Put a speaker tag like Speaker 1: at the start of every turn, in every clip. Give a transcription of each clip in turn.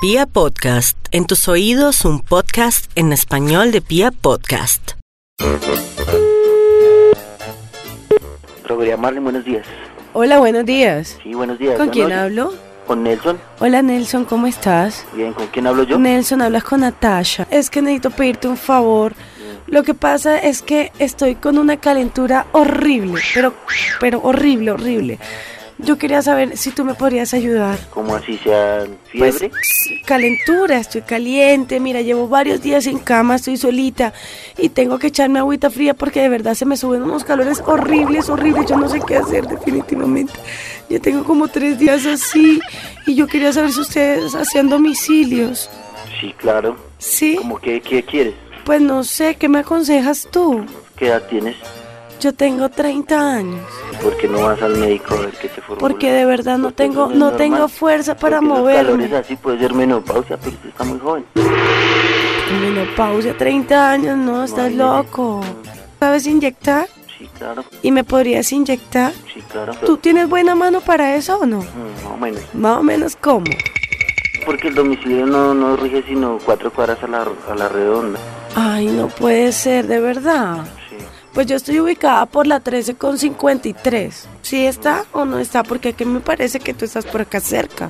Speaker 1: Pia Podcast, en tus oídos un podcast en español de Pia Podcast.
Speaker 2: Rogería Marlin, buenos días.
Speaker 3: Hola, buenos días.
Speaker 2: Sí, buenos días.
Speaker 3: ¿Con
Speaker 2: Buenas
Speaker 3: quién
Speaker 2: noches.
Speaker 3: hablo?
Speaker 2: Con Nelson.
Speaker 3: Hola Nelson, ¿cómo estás?
Speaker 2: Bien, ¿con quién hablo yo?
Speaker 3: Nelson, hablas con Natasha. Es que necesito pedirte un favor. Lo que pasa es que estoy con una calentura horrible, pero, pero horrible, horrible. Yo quería saber si tú me podrías ayudar.
Speaker 2: ¿Cómo así sea
Speaker 3: Pues,
Speaker 2: fiebre?
Speaker 3: calentura, estoy caliente, mira, llevo varios días en cama, estoy solita y tengo que echarme agüita fría porque de verdad se me suben unos calores horribles, horribles, yo no sé qué hacer definitivamente. Ya tengo como tres días así y yo quería saber si ustedes hacían domicilios,
Speaker 2: Sí, claro.
Speaker 3: ¿sí?
Speaker 2: ¿Cómo que qué quieres?
Speaker 3: Pues no sé, ¿qué me aconsejas tú?
Speaker 2: ¿Qué edad tienes?
Speaker 3: Yo tengo 30 años.
Speaker 2: ¿Y ¿Por qué no vas al médico a ver qué te formula?
Speaker 3: Porque de verdad no
Speaker 2: Porque
Speaker 3: tengo,
Speaker 2: eso es
Speaker 3: no
Speaker 2: normal.
Speaker 3: tengo fuerza para
Speaker 2: Porque Los
Speaker 3: moverme.
Speaker 2: calores así puede ser menopausia, pero usted está muy joven.
Speaker 3: Menopausia, 30 años, no, estás
Speaker 2: Imagínate.
Speaker 3: loco. ¿Sabes inyectar?
Speaker 2: Sí, claro.
Speaker 3: ¿Y me podrías inyectar?
Speaker 2: Sí, claro.
Speaker 3: ¿Tú tienes buena mano para eso o no?
Speaker 2: Mm, Más o menos.
Speaker 3: Más o menos cómo.
Speaker 2: Porque el domicilio no, no rige sino cuatro cuadras a la, a la redonda.
Speaker 3: Ay, no puede ser, de verdad.
Speaker 2: Sí.
Speaker 3: Pues yo estoy ubicada por la 13 con 53. ¿Sí está o no está? Porque aquí me parece que tú estás por acá cerca.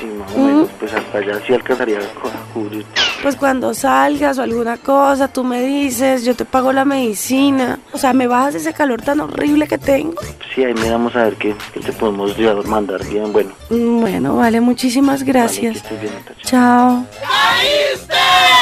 Speaker 2: Sí, más o
Speaker 3: Mm.
Speaker 2: menos. Pues hasta allá sí alcanzaría a co- a cubrirte.
Speaker 3: Pues cuando salgas o alguna cosa, tú me dices, yo te pago la medicina. O sea, me bajas ese calor tan horrible que tengo.
Speaker 2: Sí, ahí miramos a ver qué, qué te podemos llevar, mandar bien. Bueno,
Speaker 3: Mm, Bueno, vale, muchísimas
Speaker 2: vale, que
Speaker 3: gracias.
Speaker 2: estés bien, Natasha.
Speaker 3: Chao.
Speaker 4: ¡Caíste!